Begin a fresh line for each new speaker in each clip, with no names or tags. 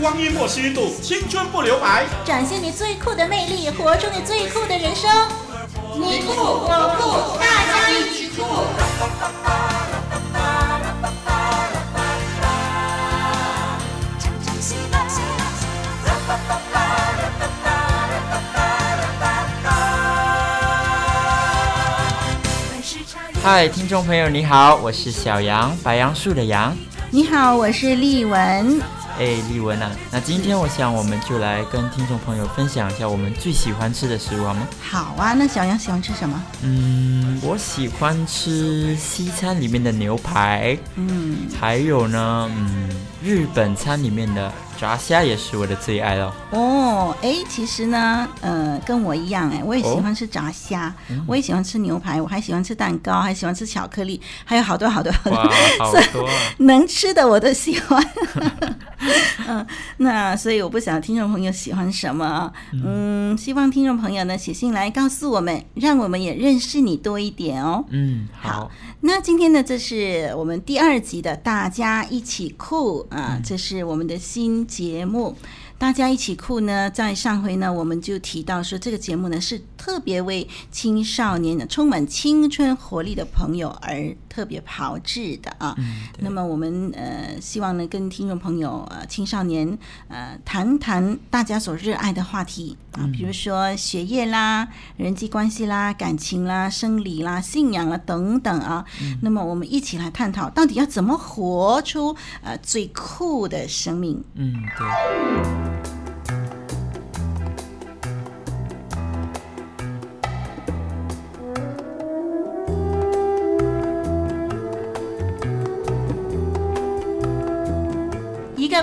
光阴莫虚度，青春不留白。
展现你最酷的魅力，活出你最酷的人生。
你酷我酷，大家一起酷。
嗨，听众朋友你好，我是小杨，白杨树的杨。
你好，我是丽文。
哎，丽文啊，那今天我想我们就来跟听众朋友分享一下我们最喜欢吃的食物好吗？
好啊，那小杨喜欢吃什么？
嗯，我喜欢吃西餐里面的牛排，
嗯，
还有呢，嗯，日本餐里面的炸虾也是我的最爱哦。
哦，哎，其实呢，呃，跟我一样，哎，我也喜欢吃炸虾，我也喜欢吃牛排，我还喜欢吃蛋糕，还喜欢吃巧克力，还有好多好多好
哇
多，
好
所以
多啊！
能吃的我都喜欢。 嗯，那所以我不晓得听众朋友喜欢什么啊，嗯，希望听众朋友呢写信来告诉我们，让我们也认识你多一点哦。
嗯，好，
那今天呢，这是我们第二集的“大家一起酷”啊，这是我们的新节目。大家一起酷呢，在上回呢，我们就提到说，这个节目呢是特别为青少年、充满青春活力的朋友而特别炮制的啊。
嗯，对
那么我们呃，希望呢跟听众朋友呃青少年呃谈谈大家所热爱的话题啊，
嗯
比如说学业啦、人际关系啦、感情啦、生理啦、信仰啦等等啊。
嗯
那么我们一起来探讨，到底要怎么活出呃最酷的生命？
嗯，对。
一个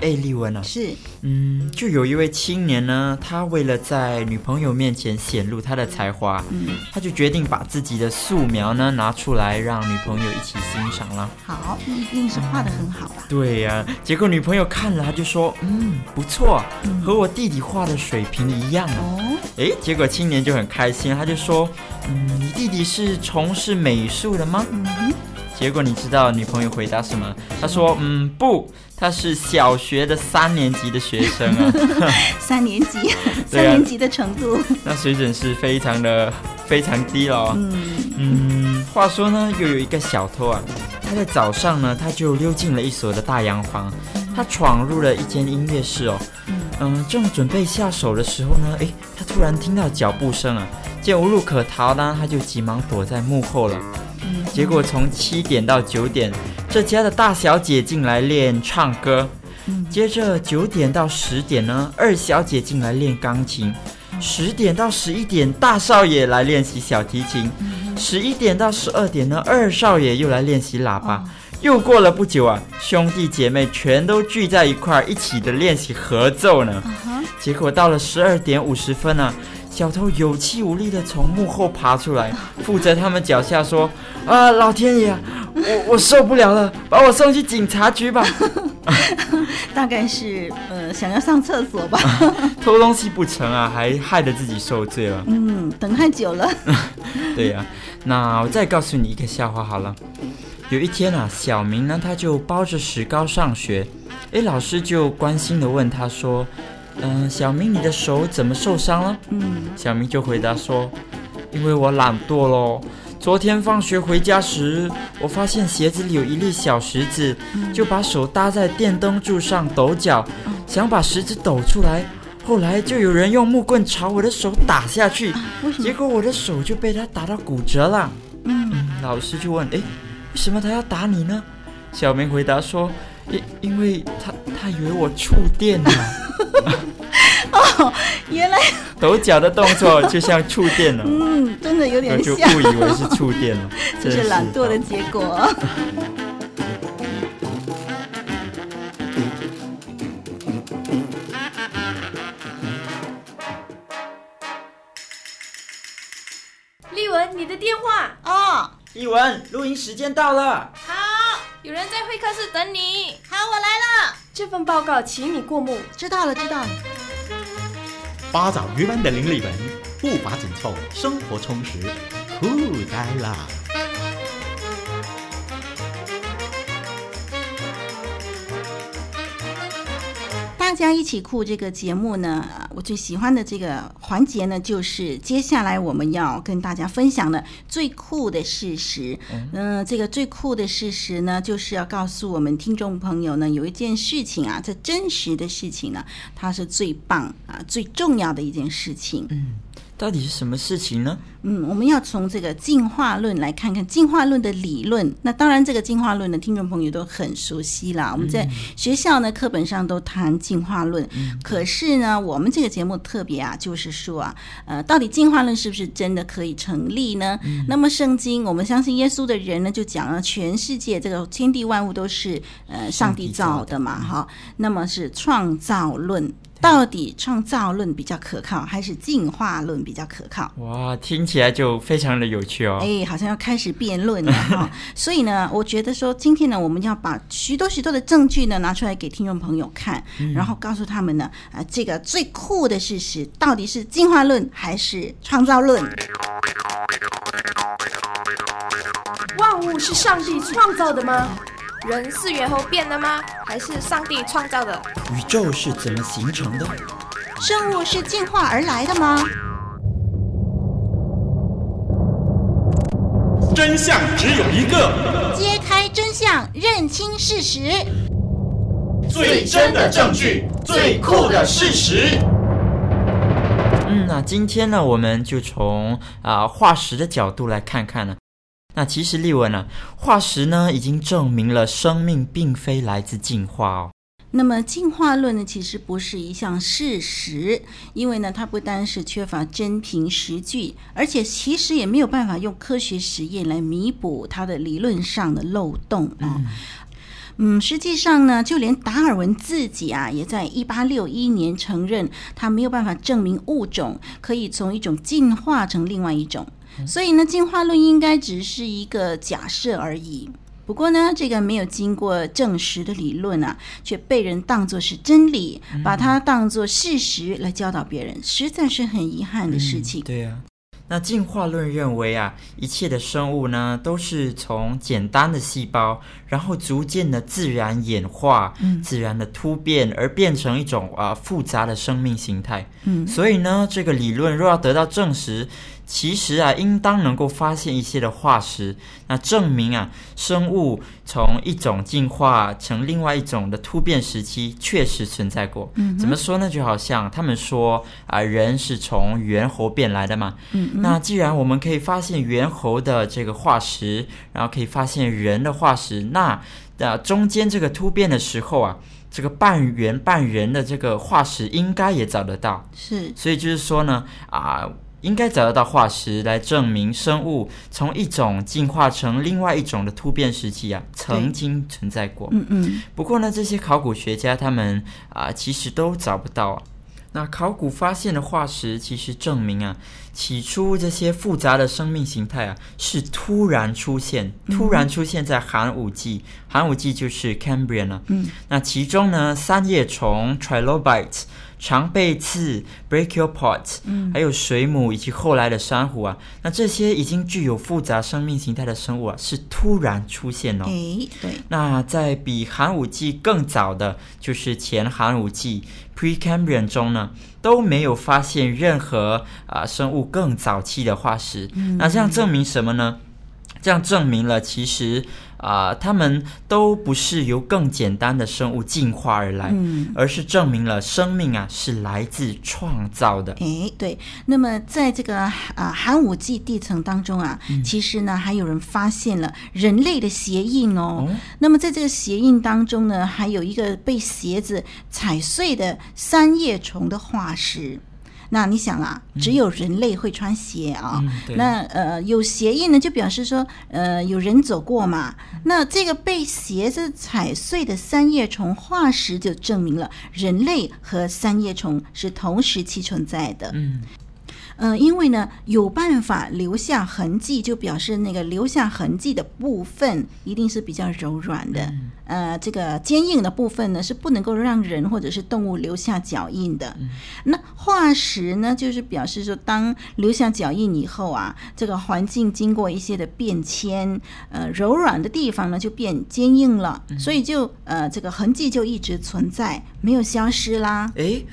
哎，丽文啊，
是，
嗯，就有一位青年呢，他为了在女朋友面前显露他的才华，他就决定把自己的素描呢拿出来，让女朋友一起欣赏啦。
好，一定是画的很好吧？
对呀、结果女朋友看了，她就说：“嗯，不错，和我弟弟画的水平一样啊。
哦，
诶，结果青年就很开心，他就说：“嗯，你弟弟是从事美术的吗？”结果你知道女朋友回答什么？她说：“嗯，不，他是小学的三年级的学生啊。”
三年级，
对
三
啊
年级的程度，
那水准是非常的非常低了、哦。
嗯，
嗯，话说呢，又有一个小偷啊，他在早上呢，他就溜进了一所的大洋房，他闯入了一间音乐室哦。嗯，正准备下手的时候呢，诶，他突然听到脚步声啊，见无路可逃呢，他就急忙躲在幕后了。结果从七点到九点，这家的大小姐进来练唱歌，接着九点到十点呢，二小姐进来练钢琴，十点到十一点，大少爷来练习小提琴；十一点到十二点呢，二少爷又来练习喇叭。又过了不久啊，兄弟姐妹全都聚在一块儿，一起的练习合奏呢。结果到了十二点五十分呢、小偷有气无力的从幕后爬出来，附着他们脚下说：“啊，老天爷啊，我我受不了了，把我送去警察局吧！
大概是呃想要上厕所 吧？
偷东西不成啊，还害得自己受罪了。”
嗯，等太久 了。
对呀、那我再告诉你一个笑话好了。有一天啊，小明呢，他就包着石膏上学，诶，老师就关心的问他说：“嗯、小明，你的手怎么受伤了？”
嗯，
小明就回答说：“因为我懒惰咯。昨天放学回家时，我发现鞋子里有一粒小石子，
嗯
就把手搭在电灯柱上抖脚，想把石子抖出来。后来就有人用木棍朝我的手打下去，
啊
结果我的手就被他打到骨折了。嗯，老师就问：诶，为什么他要打你呢？小明回答说：因 因为他他以为我触电了。
原来
抖脚的动作就像触电了，
嗯，真的有
我
点
就
像，
误以为是触 电了，
这
真
是
是
懒惰的结果。
丽文，你的电话
哦，
一文，录音时间到了，
好，有人在会客室等你。
好，我来了，
这份报告请你过目。
知道了，知道了。
八爪鱼般的林立文，步伐紧凑，生活充实，酷呆了。
大家一起酷这个节目呢，呃我最喜欢的这个环节呢，就是接下来我们要跟大家分享的最酷的事实。嗯、这个最酷的事实呢，就是要告诉我们听众朋友呢，有一件事情啊，这真实的事情呢，它是最棒啊、最重要的一件事情。
到底是什么事情呢？
嗯，我们要从这个进化论来看看进化论的理论。那当然，这个进化论呢，听众朋友都很熟悉啦。我们在学校呢课本上都谈进化论，可是呢，我们这个节目特别啊，就是说啊，呃，到底进化论是不是真的可以成立呢？那么圣经，我们相信耶稣的人呢，就讲了全世界这个天地万物都是呃上帝
上帝造
造的嘛，哈。那么是创造论。到底创造论比较可靠，还是进化论比较可靠？
哇，听起来就非常的有趣哦。
哎，好像要开始辩论了哈、所以呢，我觉得说今天呢，我们要把许多许多的证据呢拿出来给听众朋友看，然后告诉他们呢，啊、这个最酷的事实到底是进化论还是创造论？
万物是上帝创造的吗？人是猿猴变的吗？还是上帝创造的？
宇宙是怎么形成的？
生物是进化而来的吗？
真相只有一个，
揭开真相，认清事实。
最真的证据，最酷的事实。
嗯，那今天呢，我们就从啊、化石的角度来看看呢。那其实例文啊，化石呢已经证明了生命并非来自进化哦。
那么进化论呢，其实不是一项事实，因为呢，它不单是缺乏真凭实据，而且其实也没有办法用科学实验来弥补它的理论上的漏洞啊。嗯，实际上呢，就连达尔文自己啊，也在一八六一年承认他没有办法证明物种可以从一种进化成另外一种，所以呢，进化论应该只是一个假设而已。不过呢，这个没有经过证实的理论啊，却被人当作是真理，把它当作事实来教导别人，实在是很遗憾的事情。
对啊。那进化论认为啊，一切的生物呢都是从简单的细胞，然后逐渐的自然演化，
嗯
自然的突变而变成一种啊、复杂的生命形态。
嗯
所以呢，这个理论若要得到证实，其实啊，应当能够发现一些的化石，那证明啊，生物从一种进化成另外一种的突变时期确实存在过。嗯，怎么说呢？就好像他们说啊、人是从猿猴变来的嘛。嗯那既然我们可以发现猿猴的这个化石，然后可以发现人的化石，那啊、中间这个突变的时候啊。这个半猿半人的这个化石应该也找得到，
是，
所以就是说呢，啊、应该找得到化石来证明生物从一种进化成另外一种的突变时期啊，曾经存在过。
嗯嗯，
不过呢，这些考古学家他们啊、其实都找不到、啊。那考古发现的化石，其实证明啊，起初这些复杂的生命形态啊，是突然出现，突然出现在寒武纪，寒武纪就是 Cambrian 啊。
嗯，
那其中呢，三叶虫 Trilobite、长背刺 Brachiopods，嗯，还有水母以及后来的珊瑚啊，那这些已经具有复杂生命形态的生物啊，是突然出现哦。
哎，对，
那在比寒武纪更早的，就是前寒武纪 （Precambrian） 中呢，都没有发现任何啊、生物更早期的化石。那这样证明什么呢？这样证明了其实啊、它们都不是由更简单的生物进化而来，
嗯。
而是证明了生命啊是来自创造的。
哎，对，那么在这个啊、寒武纪地层当中啊，其实呢还有人发现了人类的鞋印哦。
哦
那么在这个鞋印当中呢，还有一个被鞋子踩碎的三叶虫的化石。那你想啊，只有人类会穿鞋啊、
嗯对
那呃有鞋印呢，就表示说呃有人走过嘛。
嗯
那这个被鞋子踩碎的三叶虫化石就证明了人类和三叶虫是同时期存在的。
嗯，
呃，因为呢有办法留下痕迹，就表示那个留下痕迹的部分一定是比较柔软的。
嗯
呃，这个坚硬的部分呢是不能够让人或者是动物留下脚印的。
嗯
那化石呢，就是表示说，当留下脚印以后啊，这个环境经过一些的变迁，呃，柔软的地方呢就变坚硬了，所以就呃这个痕迹就一直存在，没有消失啦。
诶，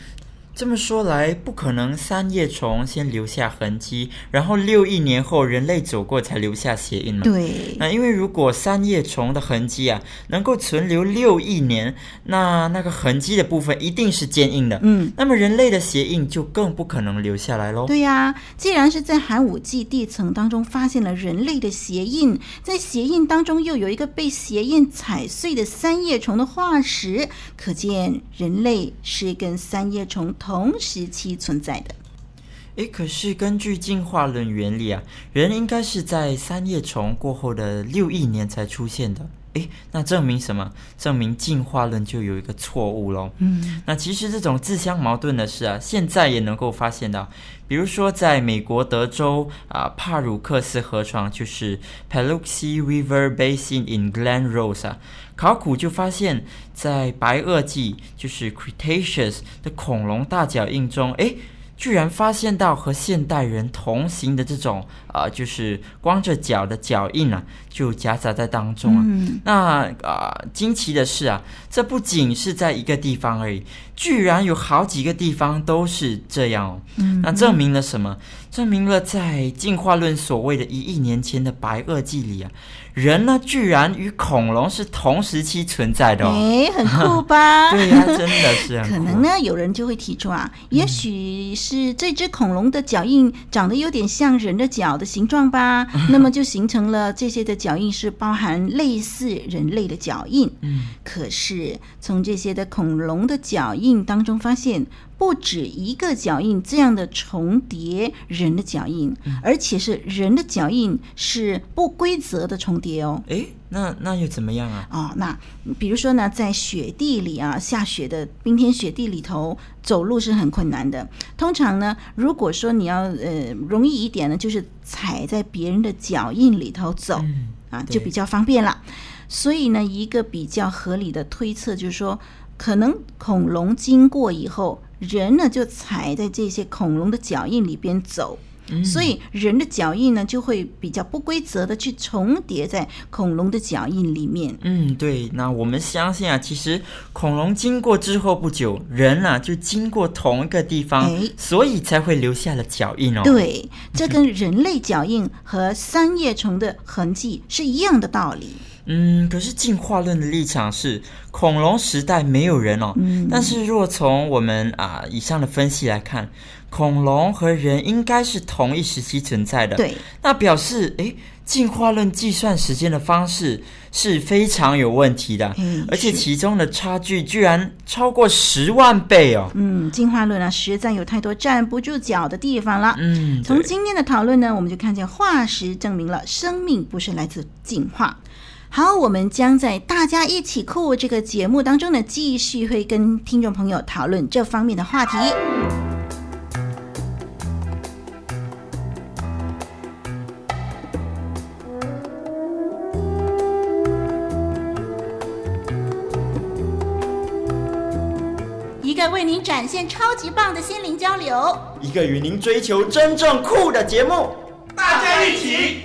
这么说来，不可能三叶虫先留下痕迹，然后六亿年后人类走过才留下鞋印嘛？。
对，
嗯那因为如果三叶虫的痕迹啊能够存留六亿年，那那个痕迹的部分一定是坚硬的，
嗯。
那么人类的鞋印就更不可能留下来喽。
对呀、既然是在寒武纪地层当中发现了人类的鞋印，在鞋印当中又有一个被鞋印踩碎的三叶虫的化石，可见人类是跟三叶虫同时期存在的。
诶，可是根据进化论原理啊，人应该是在三叶虫过后的六亿年才出现的。诶，那证明什么？证明进化论就有一个错误喽。嗯，那其实这种自相矛盾的事啊，现在也能够发现到，比如说在美国德州啊，帕鲁克斯河床就是 Paluxy River Basin in Glen Rose 啊，考古就发现，在白垩纪就是 Cretaceous 的恐龙大脚印中，诶。居然发现到和现代人同行的这种呃，就是光着脚的脚印啊，就夹杂在当中啊。
嗯
那啊、呃惊奇的是啊，这不仅是在一个地方而已，居然有好几个地方都是这样哦。
嗯
那证明了什么？证明了在进化论所谓的一亿年前的白垩纪里啊，人呢居然与恐龙是同时期存在的哦。
哎，很酷吧？
对呀、嗯真的是很
可
酷啊
能呢，有人就会提出啊，也许是这只恐龙的脚印长得有点像人的脚的形状吧，
嗯
那么就形成了这些的脚印是包含类似人类的脚印。
嗯，
可是从这些的恐龙的脚印当中发现。不止一个脚印这样的重叠人的脚印，
嗯
而且是人的脚印是不规则的重叠哦。
诶，那那又怎么样啊？
哦，那比如说呢，在雪地里啊，下雪的冰天雪地里头走路是很困难的。通常呢，如果说你要呃容易一点呢，就是踩在别人的脚印里头走、
嗯
啊，
对
就比较方便了。所以呢，一个比较合理的推测就是说，可能恐龙经过以后，人呢就踩在这些恐龙的脚印里边走。
嗯
所以人的脚印呢，就会比较不规则的去重叠在恐龙的脚印里面。
嗯，对，那我们相信啊，其实恐龙经过之后不久，人啊就经过同一个地方
哎，
所以才会留下了脚印哦。，
对，这跟人类脚印和三叶虫的痕迹是一样的道理。
嗯，可是进化论的立场是恐龙时代没有人哦，
嗯
但是若从我们啊、以上的分析来看，恐龙和人应该是同一时期存在的。，
对，
那表示诶，进化论计算时间的方式是非常有问题的
嗯，
而且
是
其中的差距居然超过十万倍哦。
嗯，进化论啊，实在有太多站不住脚的地方了。
嗯，
从
对
今天的讨论呢，我们就看见化石证明了生命不是来自进化。好，我们将在《大家一起酷》这个节目当中呢，继续会跟听众朋友讨论这方面的话题。一个为您展现超级棒的心灵交流。
一个与您追求真正酷的节目。
大家一起。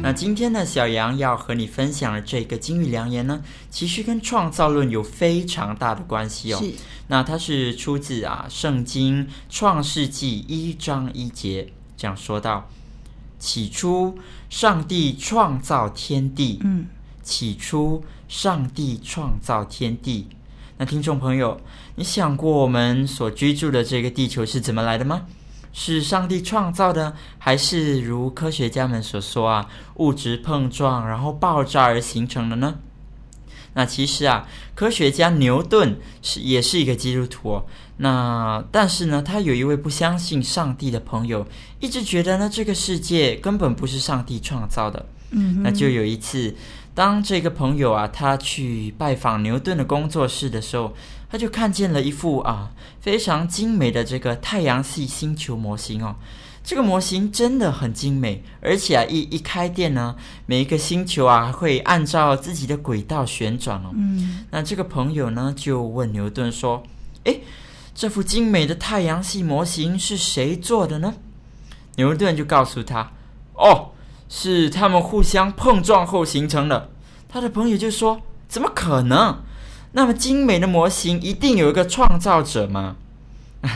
那今天呢，小杨要和你分享的这个金玉良言呢，其实跟创造论有非常大的关系哦。
是
那它是出自啊《圣经·创世纪》一章一节，这样说到：起初，上帝创造天地。
嗯，
起初，上帝创造天地。那听众朋友，你想过我们所居住的这个地球是怎么来的吗？是上帝创造的，还是如科学家们所说啊，物质碰撞然后爆炸而形成的呢？那其实啊，科学家牛顿是也是一个基督徒、哦。那但是呢，他有一位不相信上帝的朋友，一直觉得呢这个世界根本不是上帝创造的。
嗯
那就有一次，当这个朋友啊，他去拜访牛顿的工作室的时候，他就看见了一副啊非常精美的这个太阳系星球模型哦。这个模型真的很精美，而且啊，一一开店呢，每一个星球啊会按照自己的轨道旋转哦。
嗯
那这个朋友呢，就问牛顿说：“诶，这幅精美的太阳系模型是谁做的呢？”牛顿就告诉他：“哦，是他们互相碰撞后形成的。”他的朋友就说：“怎么可能？那么精美的模型一定有一个创造者嘛？”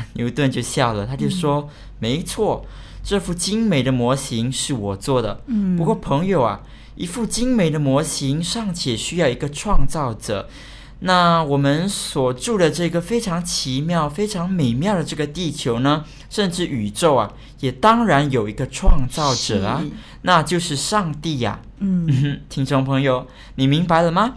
牛顿就笑了，他就说：“没错，这幅精美的模型是我做的。”
嗯，
不过朋友啊，一副精美的模型尚且需要一个创造者。那我们所住的这个非常奇妙、非常美妙的这个地球呢，甚至宇宙啊，也当然有一个创造者啊
是，
那就是上帝呀、
嗯
嗯听众朋友，你明白了吗？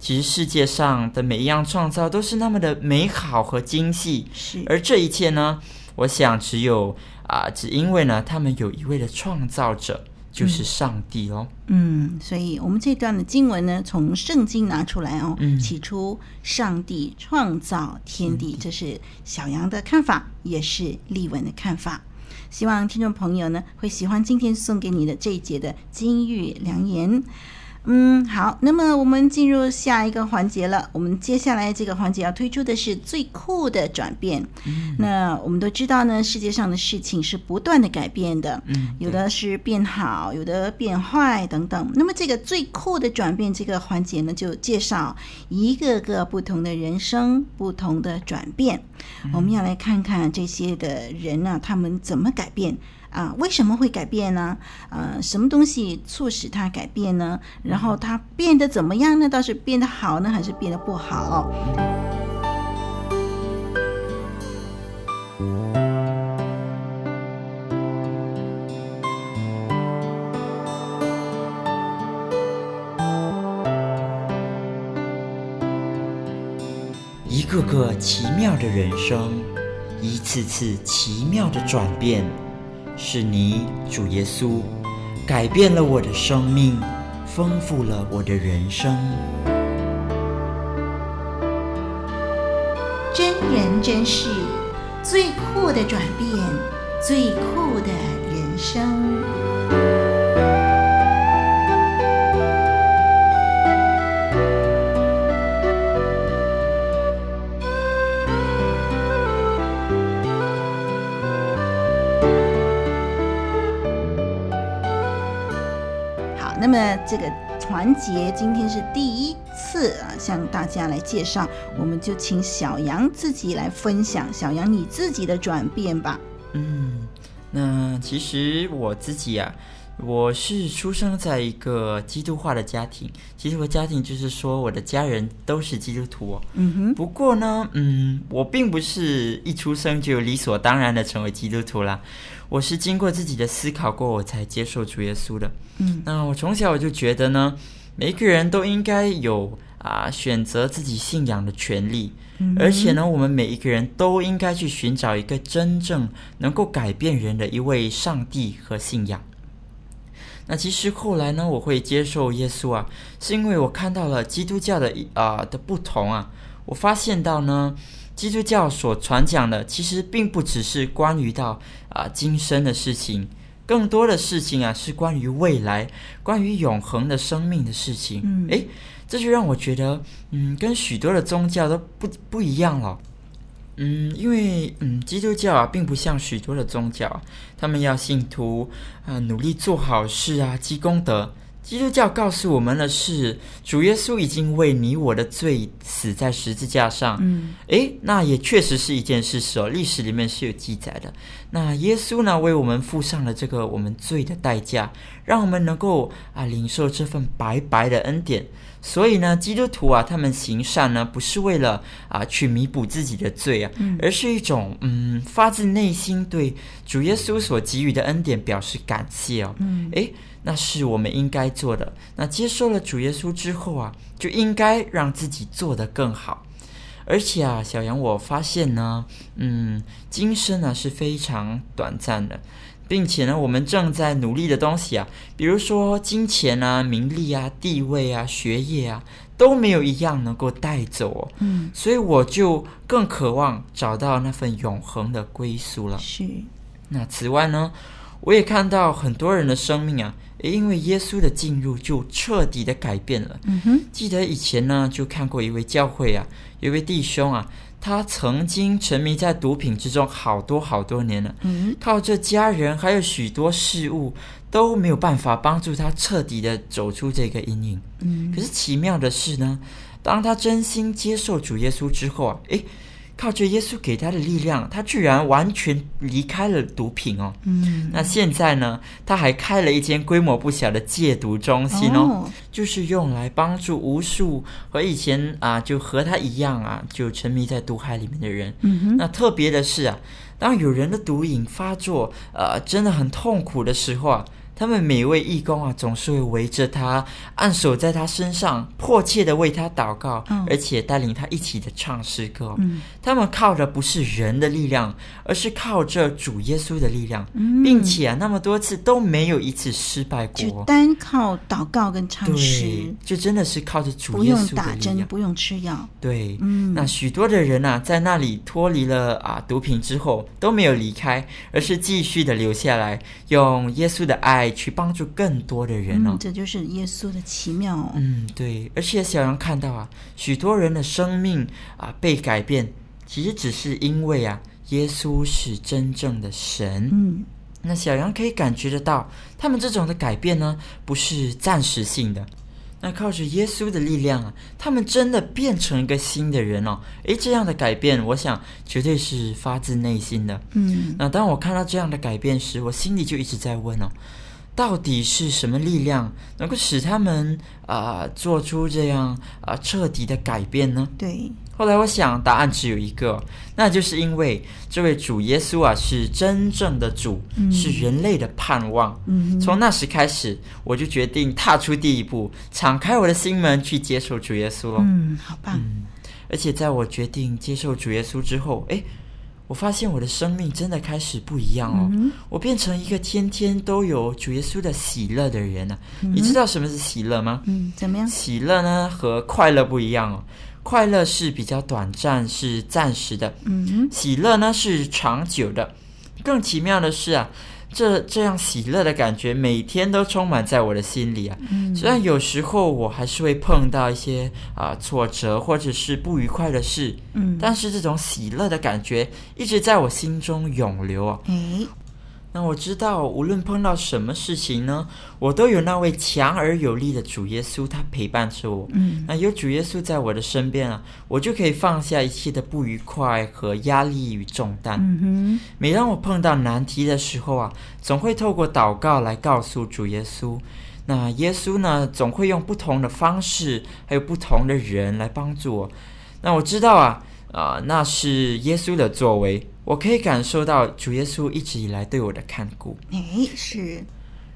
其实世界上的每一样创造都是那么的美好和精细，
是
而这一切呢，我想只有啊、只因为呢，他们有一位的创造者，就是上帝哦。
嗯，所以我们这段的经文呢，从圣经拿出来哦。
嗯
起初上帝创造天地，这是小杨的看法，也是立文的看法。希望听众朋友呢会喜欢今天送给你的这一节的金玉良言。嗯，好，那么我们进入下一个环节了。我们接下来这个环节要推出的是最酷的转变。那我们都知道呢，世界上的事情是不断的改变的，
嗯
有的是变好，有的变坏等等。那么这个最酷的转变这个环节呢，就介绍一个个不同的人生、不同的转变。我们要来看看这些的人呢、他们怎么改变。啊，为什么会改变呢？呃，什么东西促使他改变呢？然后他变得怎么样呢？到底是变得好呢，还是变得不好哦？
一个个奇妙的人生，一次次奇妙的转变，是你主耶稣改变了我的生命，丰富了我的人生。
真人真事，最酷的转变，最酷的人生。好，那么这个环节今天是第一次啊，向大家来介绍，我们就请小杨自己来分享，小杨你自己的转变吧。
嗯，那其实我自己啊，我是出生在一个基督化的家庭。基督化家庭就是说，我的家人都是基督徒、哦。
嗯
不过呢，嗯，我并不是一出生就理所当然的成为基督徒啦，我是经过自己的思考过，我才接受主耶稣的。
嗯，
那我从小我就觉得呢，每一个人都应该有啊选择自己信仰的权利，而且呢，我们每一个人都应该去寻找一个真正能够改变人的一位上帝和信仰。那其实后来呢，我会接受耶稣啊，是因为我看到了基督教的一啊、的不同啊，我发现到呢，基督教所传讲的其实并不只是关于到啊、今生的事情，更多的事情啊是关于未来、关于永恒的生命的事情。
嗯
诶，这就让我觉得，嗯，跟许多的宗教都不不一样了。嗯，因为嗯，基督教啊，并不像许多的宗教、啊，他们要信徒啊、努力做好事啊，积功德。基督教告诉我们的是，主耶稣已经为你我的罪死在十字架上。嗯，诶，那也确实是一件事实哦，历史里面是有记载的。那耶稣呢，为我们付上了这个我们罪的代价，让我们能够啊领受这份白白的恩典。所以呢，基督徒啊，他们行善呢，不是为了啊去弥补自己的罪啊，而是一种嗯发自内心对主耶稣所给予的恩典表示感谢哦。嗯，诶，那是我们应该做的。那接受了主耶稣之后啊，就应该让自己做得更好。而且啊，小杨，我发现呢，嗯，今生呢是非常短暂的，并且呢，我们正在努力的东西啊，比如说金钱啊、名利啊、地位啊、学业啊，都没有一样能够带走、哦。嗯，所以我就更渴望找到那份永恒的归宿了。
是，
那此外呢，我也看到很多人的生命啊，也因为耶稣的进入就彻底的改变了。嗯哼，记得以前呢，就看过一位教会啊，有一位弟兄啊，他曾经沉迷在毒品之中好多好多年了。嗯，靠着家人还有许多事物都没有办法帮助他彻底的走出这个阴影。嗯，可是奇妙的是呢，当他真心接受主耶稣之后啊，诶。靠着耶稣给他的力量，他居然完全离开了毒品哦。嗯，那现在呢，他还开了一间规模不小的戒毒中心哦，
哦
就是用来帮助无数和以前啊就和他一样啊就沉迷在毒海里面的人。嗯那特别的是啊，当有人的毒瘾发作，呃，真的很痛苦的时候啊。他们每位义工啊，总是会围着他，按手在他身上，迫切的为他祷告，而且带领他一起的唱诗歌哦。他们靠的不是人的力量，而是靠着主耶稣的力量，并且啊，那么多次都没有一次失败过
就
哦。
单靠祷告跟唱
对
诗，，
就真的是靠着主
啊不
耶
用
稣的
打
力
针，
量。
不用吃药。
对，
嗯
那许多的人啊，在那里脱离了啊毒品之后，都没有离开，而是继续的留下来，用耶稣的爱去帮助更多的人哦
嗯，。这就是耶稣的奇妙哦、
嗯，对，而且小杨看到啊，许多人的生命啊被改变，其实只是因为啊，耶稣是真正的神。
嗯，
那小杨可以感觉得到，他们这种的改变呢，不是暂时性的。那靠着耶稣的力量啊，他们真的变成一个新的人哦。诶，这样的改变，我想绝对是发自内心的。
嗯，
那当我看到这样的改变时，我心里就一直在问哦，到底是什么力量能够使他们啊、做出这样啊、彻底的改变呢？
对，
后来我想，答案只有一个，那就是因为这位主耶稣啊是真正的主，是人类的盼望。从那时开始，我就决定踏出第一步，敞开我的心门去接受主耶稣了。
嗯，好棒，
而且在我决定接受主耶稣之后，诶，我发现我的生命真的开始不一样哦，我变成一个天天都有主耶稣的喜乐的人了、你知道什么是喜乐吗？
嗯，怎么样？
喜乐呢和快乐不一样哦，快乐是比较短暂，是暂时的，
嗯，
喜乐呢是长久的。更奇妙的是啊，这这样喜乐的感觉每天都充满在我的心里啊。
嗯
虽然有时候我还是会碰到一些啊、挫折或者是不愉快的事，
嗯
但是这种喜乐的感觉一直在我心中涌流啊。
哎，
那我知道，无论碰到什么事情呢，我都有那位强而有力的主耶稣，他陪伴着我。嗯，那有主耶稣在我的身边啊，我就可以放下一切的不愉快和压力与重担。
嗯
每当我碰到难题的时候啊，总会透过祷告来告诉主耶稣。那耶稣呢，总会用不同的方式，还有不同的人来帮助我。那我知道啊，啊、那是耶稣的作为，我可以感受到主耶稣一直以来对我的看顾。
哼，哎，是，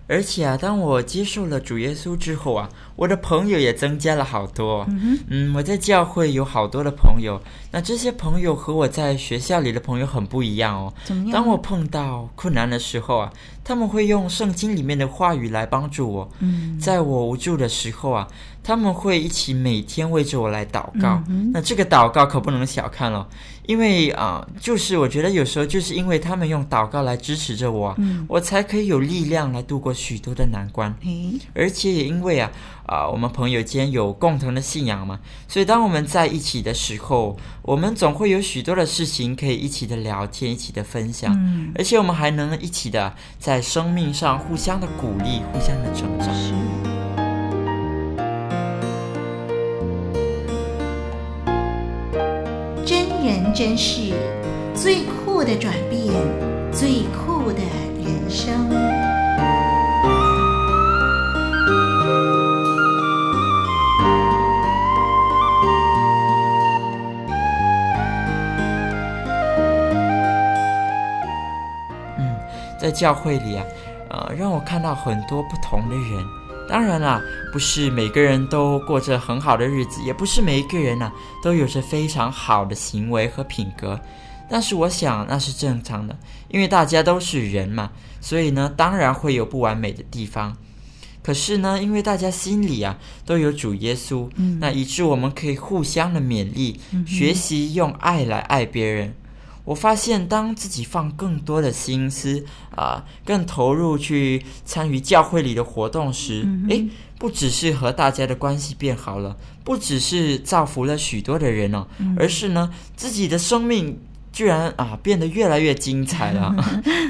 而且啊，当我接受了主耶稣之后啊，我的朋友也增加了好多哦。嗯我在教会有好多的朋友，那这些朋友和我在学校里的朋友很不一样哦。
怎么样？
当我碰到困难的时候啊，他们会用圣经里面的话语来帮助我。嗯，在我无助的时候啊，他们会一起每天为着我来祷告。
嗯
那这个祷告可不能小看了，因为啊、就是我觉得有时候就是因为他们用祷告来支持着我啊，我才可以有力量来度过许多的难关。
诶，
而且也因为啊啊、我们朋友间有共同的信仰嘛，所以当我们在一起的时候，我们总会有许多的事情可以一起的聊天，一起的分享，
嗯
而且我们还能一起的在生命上互相的鼓励，互相的成长。
是。真人真事，最酷的转变，最酷的人生。哎
在教会里啊，呃，让我看到很多不同的人。当然啦、不是每个人都过着很好的日子，也不是每一个人呐、都有着非常好的行为和品格。但是我想那是正常的，因为大家都是人嘛，所以呢，当然会有不完美的地方。可是呢，因为大家心里啊都有主耶稣，那以致我们可以互相的勉励，学习用爱来爱别人。我发现，当自己放更多的心思啊、更投入去参与教会里的活动时，诶、不只是和大家的关系变好了，不只是造福了许多的人哦，而是呢，自己的生命居然啊变得越来越精彩了，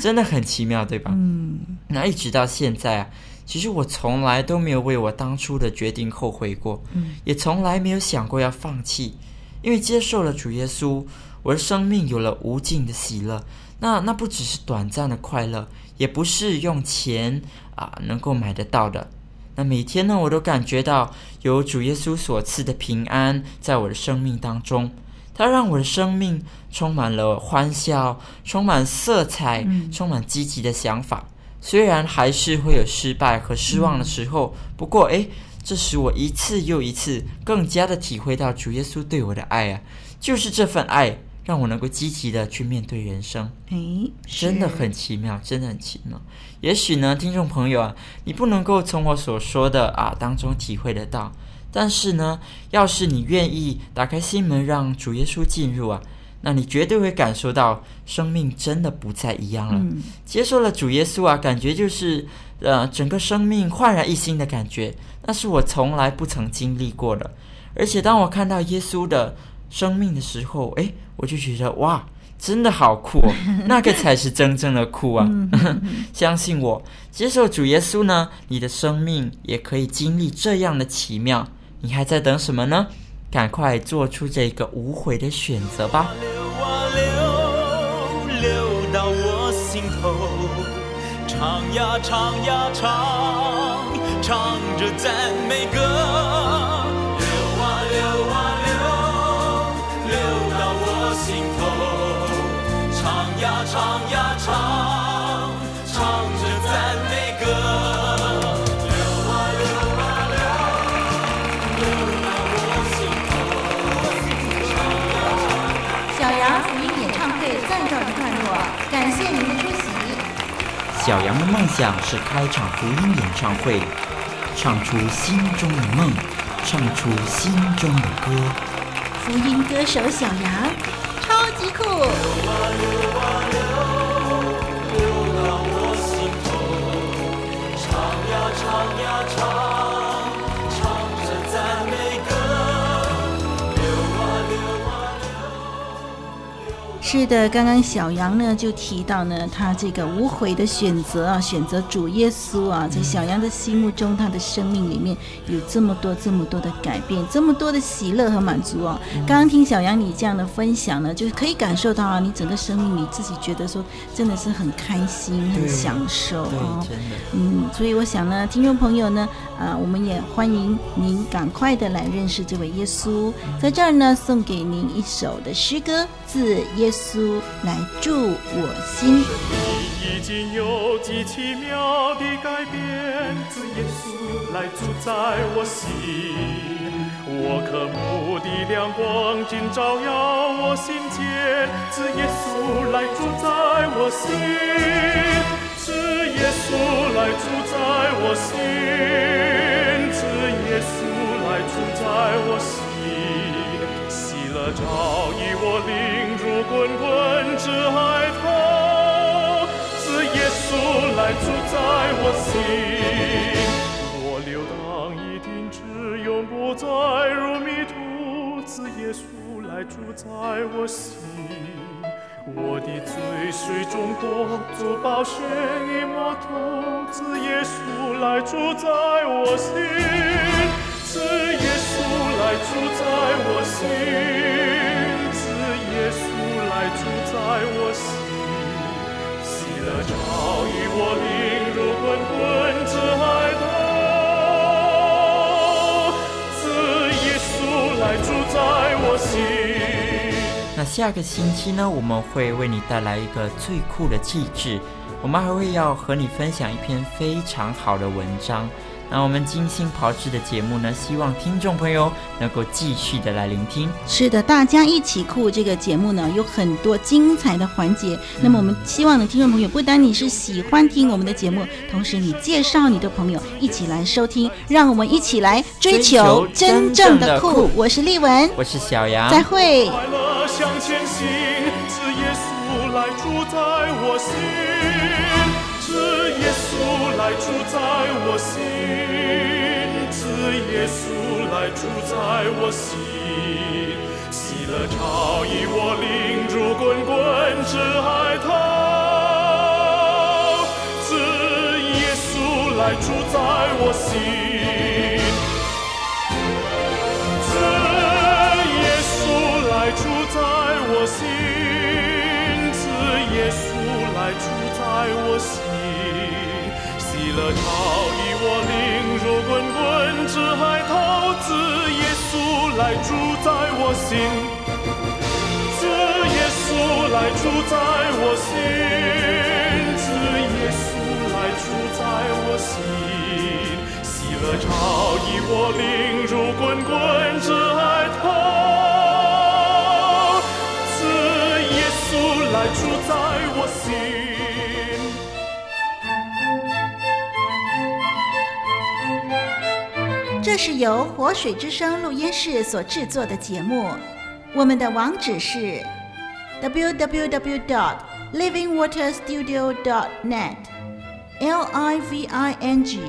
真的很奇妙，对吧？
嗯
那一直到现在啊，其实我从来都没有为我当初的决定后悔过，也从来没有想过要放弃，因为接受了主耶稣，我的生命有了无尽的喜乐。那那不只是短暂的快乐，也不是用钱啊、能够买得到的。那每天呢，我都感觉到有主耶稣所赐的平安在我的生命当中。它让我的生命充满了欢笑，充满色彩，充满积极的想法。虽然还是会有失败和失望的时候，不过诶，这使我一次又一次更加的体会到主耶稣对我的爱啊，就是这份爱让我能够积极的去面对人生，
诶，
真的
是
很奇妙，真的很奇妙。也许呢，听众朋友啊，你不能够从我所说的啊当中体会得到，但是呢，要是你愿意打开心门，让主耶稣进入啊。那你绝对会感受到生命真的不再一样了。
嗯
接受了主耶稣啊，感觉就是呃整个生命焕然一新的感觉，那是我从来不曾经历过的。而且当我看到耶稣的生命的时候，诶，我就觉得哇，真的好酷哦，那个才是真正的酷啊！相信我，接受主耶稣呢，你的生命也可以经历这样的奇妙。你还在等什么呢？赶快做出这个无悔的选择吧！
流啊流，流到我心头，唱呀唱呀唱，唱着赞美歌。流啊流啊流，流到我心头，唱呀唱呀唱，唱着赞美歌。流啊流啊流，流到我心头。
小羊福音演唱会暂告一段落，感谢您的出席。
小羊的梦想是开场福音演唱会，唱出心中的梦，唱出心中的歌。
福音歌手小羊，超级酷！是的，刚刚小杨呢就提到呢，他这个无悔的选择啊，选择主耶稣啊，在小杨的心目中，他的生命里面有这么多、这么多的改变，这么多的喜乐和满足哦。刚刚听小杨你这样的分享呢，就是可以感受到啊，你整个生命你自己觉得说真的是很开心、很
对
享受
对，
哦。
真的，
嗯，所以我想呢，听众朋友呢，啊，我们也欢迎您赶快的来认识这位耶稣。在这儿呢，送给您一首的诗歌，《自耶稣来住我心》。
已经有极奇妙的改变，自耶稣来住在我心。我渴慕的亮光竟照耀我心间，自耶稣来住在我心，自耶稣来住在我心，自耶稣来早已我领入滚滚至海头，是耶稣来主宰我心。我流浪一定只永不再入迷途，是耶稣来主宰我心。我的罪水中多，主宝血已摸透，是耶稣来主宰我心，是耶稣来主宰我心，是耶稣来主宰我心。喜乐早已我领入滚滚之海头，是耶稣来主宰我心。
那下个星期呢，我们会为你带来一个最酷的气质，我们还会要和你分享一篇非常好的文章。那我们精心炮制的节目呢，希望听众朋友能够继续的来聆听。
是的，大家一起酷这个节目呢，有很多精彩的环节。那么我们希望呢，听众朋友不单你是喜欢听我们的节目，同时你介绍你的朋友一起来收听，让我们一起来追求
追求
真
真
正
正
的
的
酷。
酷
我是丽文，
我是小杨，
再会。
快乐向前行，是耶稣来主宰我心，是耶稣来主宰我心，是耶稣来主宰我心。喜乐潮已我领入滚滚至海涛，是耶稣来主宰我心。是耶稣来主宰我心，是耶稣来主宰我心。喜乐潮已我领入滚滚至海涛，是耶稣来主宰我心，是耶稣来主宰我心，是耶稣来主宰我心。喜乐潮已我领入滚滚至海头，是耶稣来主宰我心。
这是由活水之声录音室所制作的节目，我们的网址是 www. dot livingwaterstudio. dot net l i v i n g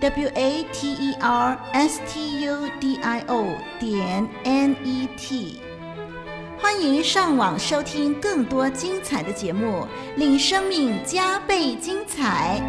w a t e r s t u d i o 点 n e t。欢迎上网收听更多精彩的节目，令生命加倍精彩。